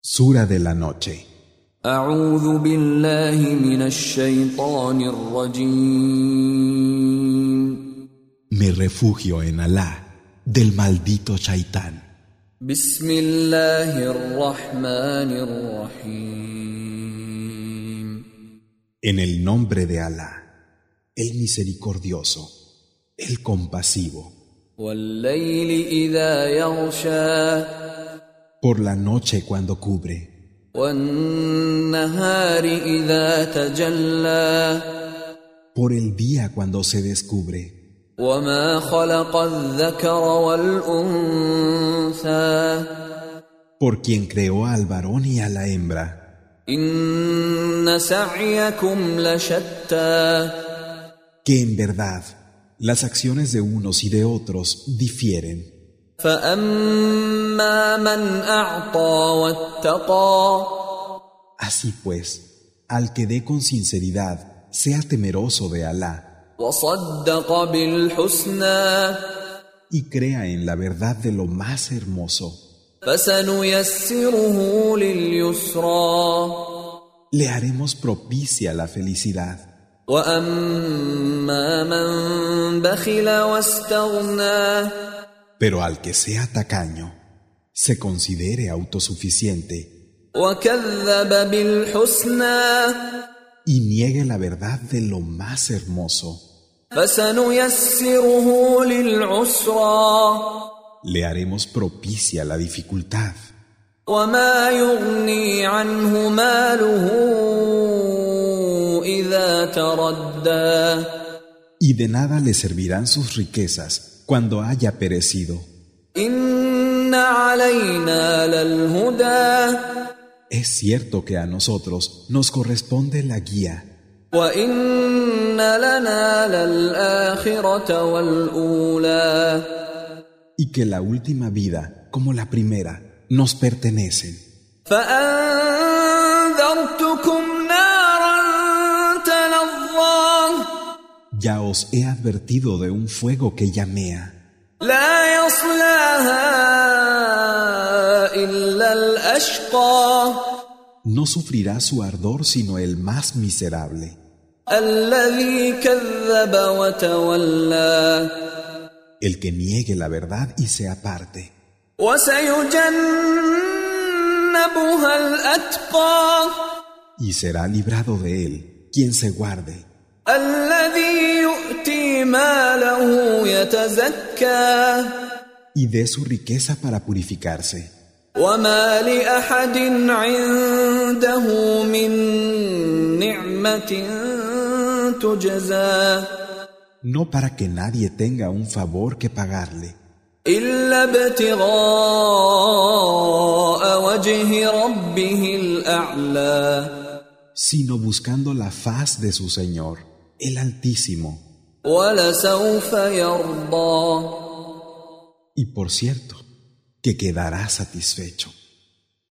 Sura de la noche. أعوذ بالله من الشيطان الرجيم Me refugio en Alá del maldito Shaitán. بسم الله الرحمن الرحيم En el nombre de Alá, el misericordioso, el compasivo. والليل إذا يغشى Por la noche cuando cubre, والنهار إذا تجلى por el día cuando se descubre. وما خلق الذكر والأنثى Por quien creó al varón y a la hembra. إن سعيكم لشتى Que en verdad, las acciones de unos y de otros difieren. فأما من أعطى واتقى Así pues, al que dé con sinceridad, sea temeroso de Alá وصدق بالحسنى y crea en la verdad de lo más hermoso, فسنيسره لليسرى le haremos propicia la felicidad. وأما من بخل واستغنى Pero al que sea tacaño, se considere autosuficiente وكذب بالحسنى y niegue la verdad de lo más hermoso, فسنيسره للعسرى le haremos propicia la dificultad. وما يغني عنه ماله إذا تردى Y de nada le servirán sus riquezas cuando haya perecido. إن علينا للهدى Es cierto que a nosotros nos corresponde la guía وإن لنا للآخرة والأولى y que la última vida, como la primera, nos pertenecen. فأنذرتكم نارا تلظى Ya os he advertido de un fuego que llamea, لا يصلاها إلا الأشقى no sufrirá su ardor sino el más miserable, الذي كذب وتولى el que niegue la verdad y se aparte, وسيجنبها الأتقى y será librado de él quien se guarde, الذي يؤتي ماله يتزكى y dé su riqueza para purificarse. وما لأحد عنده من نعمة تجزى No para que nadie tenga un favor que pagarle, إلا ابتغاء وجه ربه الأعلى sino buscando la faz de su Señor, el Altísimo. ولسوف يرضى Y por cierto, que quedará satisfecho.